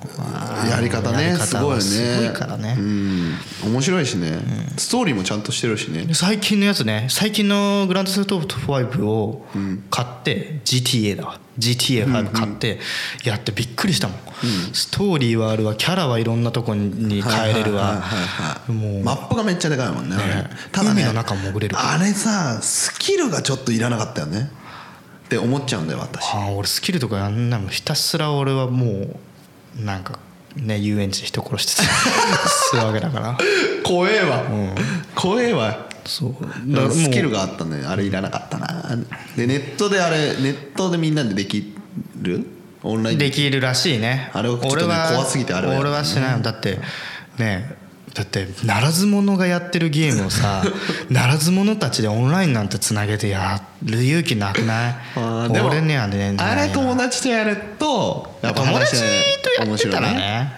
Speaker 2: やり方
Speaker 1: や
Speaker 2: ね
Speaker 1: り
Speaker 2: すご
Speaker 1: は
Speaker 2: いよね
Speaker 1: すごいからね
Speaker 2: うん面白いしね、ストーリーもちゃんとしてるしね
Speaker 1: 最近のやつね最近のグランドセフトオート5を買って GTA だわ GTA5 買ってやってびっくりしたもん、ストーリーはあるわキャラはいろんなとこに変えれる
Speaker 2: はい
Speaker 1: わ
Speaker 2: はいはいはい
Speaker 1: もう
Speaker 2: マップがめっちゃでかいもんねあれただね
Speaker 1: 海の中潜れる
Speaker 2: あれさスキルがちょっといらなかったよねって思っちゃうんだよ私
Speaker 1: あー俺スキルとかやんないもんひたすら俺はもうなんかね遊園地で人殺してたするわけだ
Speaker 2: *laughs*
Speaker 1: から
Speaker 2: 怖えわ、怖えわ
Speaker 1: そう
Speaker 2: だか
Speaker 1: もう
Speaker 2: らスキルがあったねあれいらなかったなでネットであれネットでみんなでできるオンライン
Speaker 1: できるらしいね
Speaker 2: あれはちょっと
Speaker 1: 俺
Speaker 2: ね
Speaker 1: は
Speaker 2: 怖すぎてあれはやだね
Speaker 1: 俺はしないだってねだってならず者がやってるゲームを
Speaker 2: *laughs*
Speaker 1: さならず者たちでオンラインなんてつなげてやる勇気なくない
Speaker 2: あーでも
Speaker 1: 俺にはね
Speaker 2: あれ
Speaker 1: 友
Speaker 2: 友達とやるとやっぱ話
Speaker 1: 達
Speaker 2: し
Speaker 1: とや
Speaker 2: 面
Speaker 1: って
Speaker 2: 白い
Speaker 1: たらね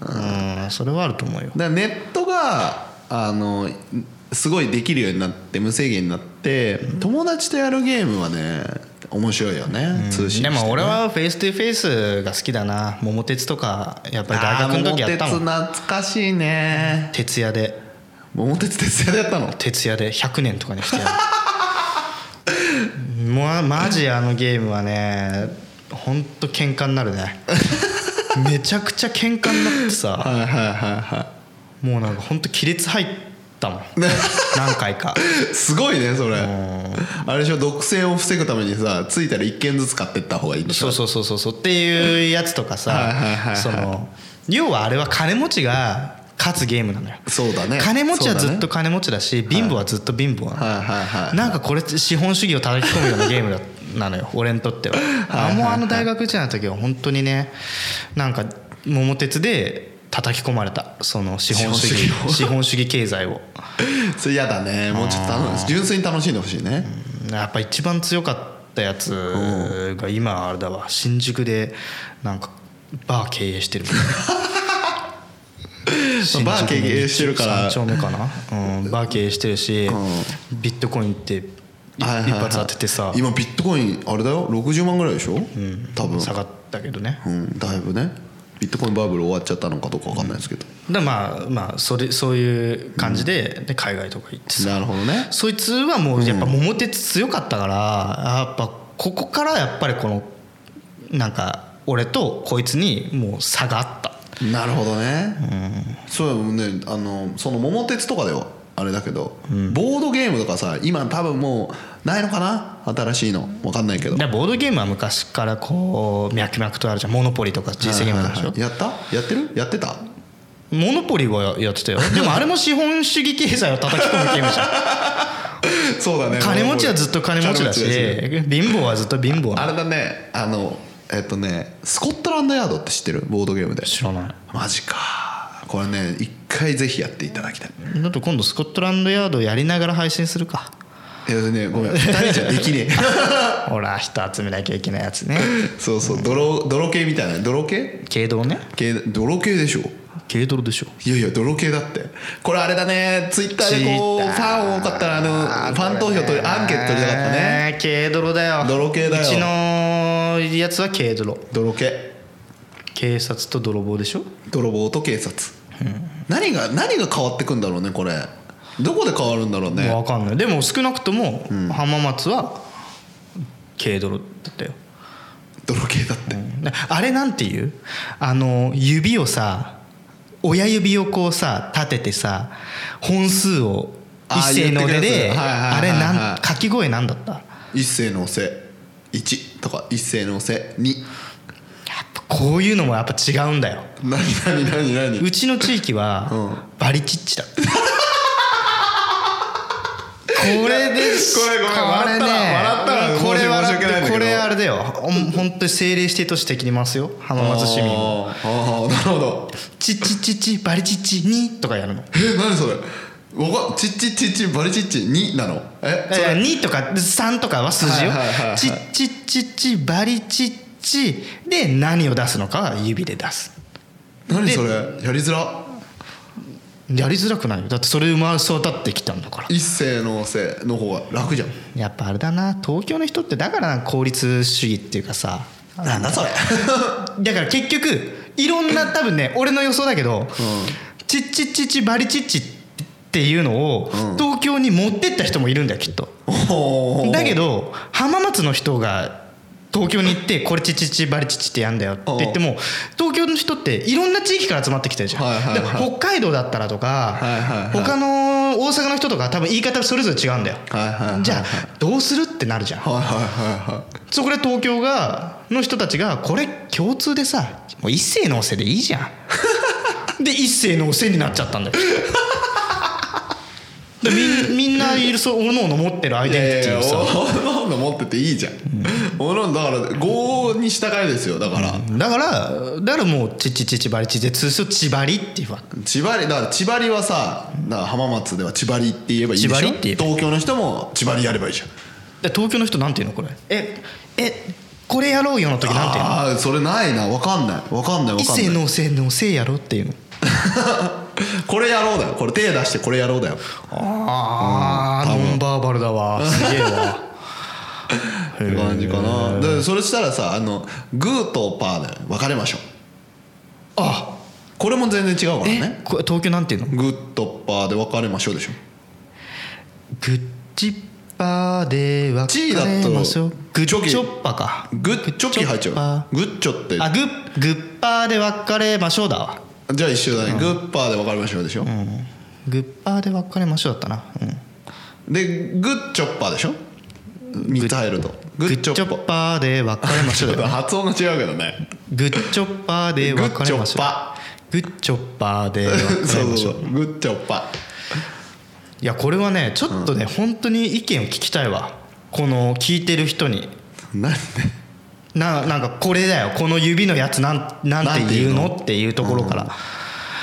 Speaker 1: うんそれはあると思うよ
Speaker 2: だからネットがあのすごいできるようになって無制限になって友達とやるゲームはね面白いよね、通信して
Speaker 1: で
Speaker 2: ね
Speaker 1: も俺はフェイストゥフェイスが好きだな桃鉄とかやっぱり
Speaker 2: あ
Speaker 1: 大
Speaker 2: ー
Speaker 1: 学の時やったもん
Speaker 2: 桃鉄懐かしいね
Speaker 1: 徹夜で
Speaker 2: 桃鉄徹夜でやったの
Speaker 1: 徹夜で100年とかにしてやる *laughs* もうマジあのゲームはねほんと喧嘩になるね *laughs* めちゃくちゃ喧嘩になってさ
Speaker 2: はいはいはいは
Speaker 1: もうなんかほんと亀裂入ったもん何回か
Speaker 2: いすごいねそれあれでしょ独占を防ぐためにさついたら1軒ずつ買ってった方がいいんでし
Speaker 1: そ
Speaker 2: ょ
Speaker 1: うそうそうそうそうっていうやつとか
Speaker 2: はいはいはいは
Speaker 1: さ
Speaker 2: い
Speaker 1: その要はあれは金持ちが勝つゲームなのよ
Speaker 2: そうだね
Speaker 1: 金持ちは
Speaker 2: そう
Speaker 1: ず
Speaker 2: だ
Speaker 1: っ
Speaker 2: ね
Speaker 1: と金持ちだし貧乏はずっと貧乏なの
Speaker 2: はいはいはい
Speaker 1: なんかこれ資本主義を叩き込むようなゲームだなのよ *laughs* 俺にとってはあもうあの大学時代の時は本当にねなんか桃鉄で叩き込まれたその資本主義
Speaker 2: 資本主義を
Speaker 1: 資本主義経済を
Speaker 2: それ嫌だねもうちょっと楽し純粋に楽しんでほしいね
Speaker 1: やっぱ一番強かったやつが今あれだわ新宿でなんかバー経営してる
Speaker 2: *laughs*
Speaker 1: 新宿の
Speaker 2: バー経営してるから
Speaker 1: 三丁目かな、うん、バー経営してるし、ビットコインって一
Speaker 2: はいはいはい
Speaker 1: 発当ててさ
Speaker 2: 今ビットコインあれだよ60万ぐらいでしょ、多分
Speaker 1: 下がったけどね
Speaker 2: うん、だいぶねビットコインバブル終わっちゃったのかどうか分かんないですけど、
Speaker 1: だまあまあそれそういう感じで,、で海外とか行ってさ
Speaker 2: なるほどね
Speaker 1: そいつはもうやっぱ桃鉄強かったから、やっぱここからやっぱりこのなんか俺とこいつにもう差があった
Speaker 2: なるほどね、そうやもんねあのその桃鉄とかではあれだけど、ボードゲームとかさ今多分もうないのかな新しいの分かんないけど
Speaker 1: でボードゲームは昔からこう脈々とあるじゃんモノポリとか人生ゲームとかでしょ、
Speaker 2: はいはいはいやったやってるやってた
Speaker 1: モノポリはやってたよでもあれも資本主義経済を叩き込むゲームじゃん
Speaker 2: そうだね
Speaker 1: 金持ちはずっと金持ちだし貧乏はずっと貧乏な
Speaker 2: あ
Speaker 1: の
Speaker 2: れだねあのえっとねスコットランドヤードって知ってるボードゲームで
Speaker 1: 知らない
Speaker 2: マジかこれね一回ぜひやっていただきたい
Speaker 1: だと今度スコットランドヤードやりながら配信するか
Speaker 2: いやねごめん2人じゃできね
Speaker 1: ほら人集めなきゃいけないやつね *laughs*
Speaker 2: えそうそう泥泥系みたいな泥系
Speaker 1: 軽泥ね
Speaker 2: 系泥系でしょ
Speaker 1: 軽泥でしょ
Speaker 2: いやいや泥系だってこれあれだねツイッターでこうフ
Speaker 1: ツイッタ
Speaker 2: ァン多かったらあのファン投票取りアンケート取りたかったね
Speaker 1: 軽泥だよ
Speaker 2: 泥系だよ
Speaker 1: うちのやつは軽泥
Speaker 2: 泥系
Speaker 1: 警察と泥棒でしょ
Speaker 2: 泥棒と警察、何が何が変わってくんだろうねこれどこで変わるんだろうね
Speaker 1: 分かんないでも少なくとも浜松は軽泥だったよ
Speaker 2: 泥系だって、
Speaker 1: なあれなんていうあの指をさ親指をこうさ立ててさ本数を一斉の腕
Speaker 2: あ言ってく
Speaker 1: で
Speaker 2: やつはいはい
Speaker 1: あ
Speaker 2: はい
Speaker 1: れ
Speaker 2: はい
Speaker 1: なん掛き声なんだったやっ
Speaker 2: 一斉のせ1とか一斉のせ2
Speaker 1: ぱこういうのもやっぱ違うんだよ
Speaker 2: 何何何何
Speaker 1: うちの地域
Speaker 2: うん
Speaker 1: はバリチッチだったこれです
Speaker 2: これごめん笑ったら笑ったら
Speaker 1: これ
Speaker 2: 申し
Speaker 1: 笑
Speaker 2: 訳ない
Speaker 1: っ
Speaker 2: んだけ
Speaker 1: て
Speaker 2: ど
Speaker 1: これあれだよ本当に政令指定都市的に回すよ浜松市民を
Speaker 2: あーあーなるほど
Speaker 1: 「チッチッチッチバリチッチに」とかやるの。
Speaker 2: え何それわかちっちっちっちバリちっち2なのえそれ
Speaker 1: 2とか3とかは数字よ
Speaker 2: はいはいはいはい
Speaker 1: チッチッチッチバリチッチで何を出すのかは指で出す
Speaker 2: 何
Speaker 1: で
Speaker 2: それやりづら
Speaker 1: やりづらくないよだってそれ生まれ育ってきたんだから
Speaker 2: 一世のせいの方が楽じゃん
Speaker 1: やっぱ *laughs* あれだな東京の人ってだからな効率主義っていうかさ
Speaker 2: なんだそれ
Speaker 1: *laughs* だから結局いろんな多分ね俺の予想だけど、チッチッチッチバリチッチっていうのを
Speaker 2: うん
Speaker 1: 東京に持ってった人もいるんだよきっと
Speaker 2: おー
Speaker 1: だけど浜松の人が東京に行ってこれチッチッチバリチッチってやんだよって言っても東京の人っていろんな地域から集まってきてるじゃん、
Speaker 2: はいはいはい
Speaker 1: だから北海道だったらとか、
Speaker 2: はいはいはい
Speaker 1: 他の大阪の人とか多分言い方それぞれ違うんだよ、
Speaker 2: はいはいはいはい
Speaker 1: じゃあどうするってなるじゃん
Speaker 2: はいはいはいはい
Speaker 1: そこで東京がの人たちがこれ共通でさもう一斉のおせでいいじゃ
Speaker 2: *laughs*
Speaker 1: んで一斉のおせになっちゃったんだよでみんみんないるそうおのおの持ってるアイ
Speaker 2: いや
Speaker 1: デン
Speaker 2: い
Speaker 1: ティティ
Speaker 2: や
Speaker 1: をさ
Speaker 2: おのおの持ってていいじゃんおのおのだから5に従いですよだから
Speaker 1: だからだからもうチチチチバリチで通称チバリっていうわけ
Speaker 2: 千張りだから千張りはさだから浜松では千張りって言えばいいでしょ
Speaker 1: 千張りって言えば
Speaker 2: 東京の人も千張りやればいいじゃん
Speaker 1: で東京の人なんていうのこれええこれやろうよの時なんていうの
Speaker 2: ああーそれないな分かんない分かんない分
Speaker 1: 一
Speaker 2: かんない
Speaker 1: 斉のおせのおせやろうっていうの
Speaker 2: これやろうだよこれ手出してこれやろうだよ
Speaker 1: ああノンバーバルだわすげえわ
Speaker 2: って感じかなでそれしたらさあのグーとパーで分かれましょう
Speaker 1: あ
Speaker 2: これも全然違うか
Speaker 1: *laughs*
Speaker 2: ら
Speaker 1: え
Speaker 2: ね
Speaker 1: これ東京なんていうの
Speaker 2: グーとパーで分かれましょうでしょ
Speaker 1: グッチッパーで分
Speaker 2: チー
Speaker 1: か
Speaker 2: だった
Speaker 1: れ
Speaker 2: ら
Speaker 1: ましょうグッチ
Speaker 2: チョキ
Speaker 1: ョッパーか
Speaker 2: グッチョキ入っちゃうグッチョって
Speaker 1: あグッグッパーで分かれましょうだわ
Speaker 2: じゃあ一緒だね、グッパーで分かれましょうでしょ、
Speaker 1: グッパーで分かれましょうだったな、うん
Speaker 2: でグッチョッパーでしょ3つ入るとグ
Speaker 1: グ
Speaker 2: ッ
Speaker 1: ッ
Speaker 2: チ
Speaker 1: チ
Speaker 2: ョ
Speaker 1: ョ
Speaker 2: ッパ
Speaker 1: ッパーで分かれ
Speaker 2: *laughs*
Speaker 1: まし
Speaker 2: ち
Speaker 1: ょ
Speaker 2: ょ
Speaker 1: う
Speaker 2: っ
Speaker 1: だ
Speaker 2: と
Speaker 1: よ
Speaker 2: 発音が違うけどね
Speaker 1: グッチョッパーで分かれましょう
Speaker 2: グッチョッパ
Speaker 1: グッチョッパーで分
Speaker 2: そう
Speaker 1: かれ
Speaker 2: そう
Speaker 1: まし
Speaker 2: そ
Speaker 1: ょ
Speaker 2: う
Speaker 1: う
Speaker 2: グッチョッパ
Speaker 1: いやこれはねちょっとね、本当に意見を聞きたいわこの聞いてる人に
Speaker 2: ーなんで
Speaker 1: ななんかこれだよこの指のやつなんなんて言うのっていうところから、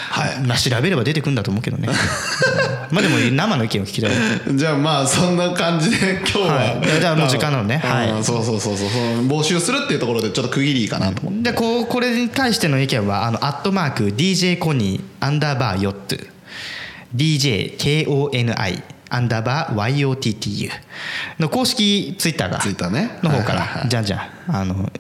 Speaker 2: は
Speaker 1: まあ調べれば出てくるんだと思うけどね
Speaker 2: *laughs*
Speaker 1: うんまあでも生の意見を聞きたい
Speaker 2: い *laughs* じゃあまあそんな感じで今日は、
Speaker 1: はいじゃあもう時間なのねはい
Speaker 2: うんそうそうそうそうその募集するっていうところでちょっと区切りかなと思って、
Speaker 1: でこうこれに対しての意見はあのアットマーク DJ コニーアンダーバーヨット DJKONI アンダーバー YOTTU の公式ツイッターが
Speaker 2: ツイッターね
Speaker 1: の方か
Speaker 2: はいはいは
Speaker 1: ら
Speaker 2: い
Speaker 1: じゃんじゃんあの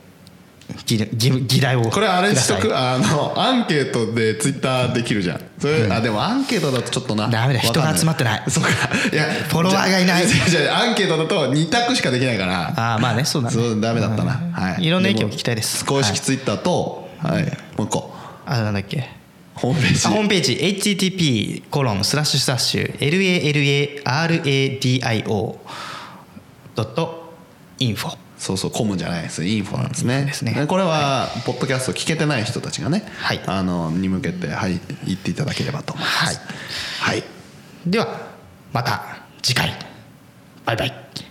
Speaker 1: 議議議題を
Speaker 2: これあれしと
Speaker 1: くだ
Speaker 2: くあのアンケートでツイッターできるじゃんそれ、あでもアンケートだとちょっとな
Speaker 1: ダメだ
Speaker 2: わかん
Speaker 1: 人が集まってない
Speaker 2: そうかいや
Speaker 1: *laughs* フォロワーがいない
Speaker 2: じゃあじゃあじゃあアンケートだと2択しかできないから
Speaker 1: さいああまあねそうだね
Speaker 2: そうダメだったな、はい
Speaker 1: いろんな意見を聞きたいです
Speaker 2: 公
Speaker 1: は
Speaker 2: 式
Speaker 1: い
Speaker 2: ツイッターと、はいもう一個
Speaker 1: あなんだっけ
Speaker 2: ホームページ
Speaker 1: あホームページ http コロンスラッシュスラッシュ LALARADIO ドットインフォ
Speaker 2: そうそうコムじゃないですインフォなんですね
Speaker 1: ですね
Speaker 2: これは、ポッドキャスト聞けてない人たちがね、
Speaker 1: はい
Speaker 2: あのに向けて、はい、言っていただければと思います、はい
Speaker 1: ではまた次回バイバイ